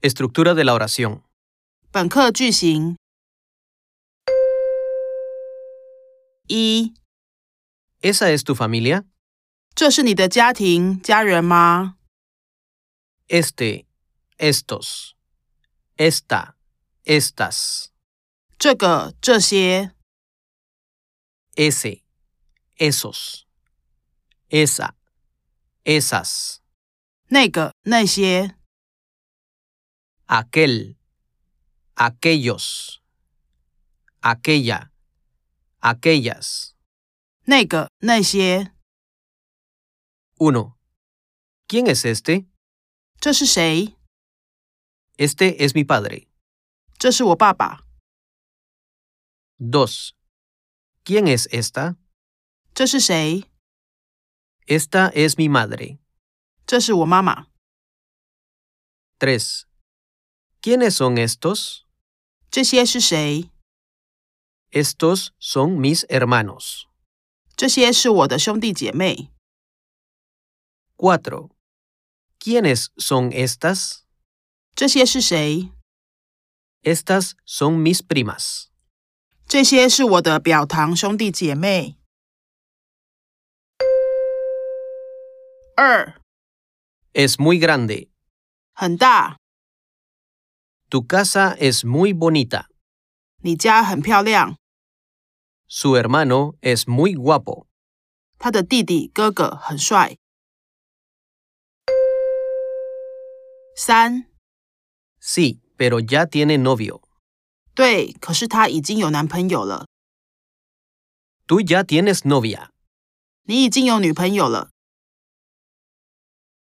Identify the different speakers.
Speaker 1: Estructura de la oración.
Speaker 2: 本课句型：一，
Speaker 1: ¿Esa es tu familia?
Speaker 2: 这是你的家庭家人吗？
Speaker 1: Este, estos. Esta, estas.
Speaker 2: 这个、这些、
Speaker 1: Ese, esos. Esa, esas.
Speaker 2: 那个、那些、
Speaker 1: Aquel, aquellos. Aquella, aquellas.
Speaker 2: 那个、那些，
Speaker 1: 1. ¿Quién es este?
Speaker 2: 这是谁？
Speaker 1: Este es mi padre.
Speaker 2: 这是我爸爸，
Speaker 1: 2. ¿Quién es esta?
Speaker 2: 这是谁？
Speaker 1: Esta es mi madre.
Speaker 2: 这是我妈妈，
Speaker 1: 3. ¿Quiénes son estos?
Speaker 2: 这些是谁？
Speaker 1: Estos son mis hermanos.
Speaker 2: 这些是我的兄弟姐妹，
Speaker 1: 4. ¿Quiénes son estas?
Speaker 2: 这些是谁？
Speaker 1: Estas son mis primas.
Speaker 2: 这些是我的表堂兄弟姐妹。二，
Speaker 1: Es muy grande.
Speaker 2: 很大，
Speaker 1: Tu casa es muy bonita.
Speaker 2: 你家很漂亮。
Speaker 1: Su hermano es muy guapo.
Speaker 2: 他的弟弟哥哥很帅。三，
Speaker 1: Sí, pero ya tiene novio.
Speaker 2: 对，可是他已经有男朋友了，
Speaker 1: Tú ya tienes novia.
Speaker 2: 你已经有女朋友了，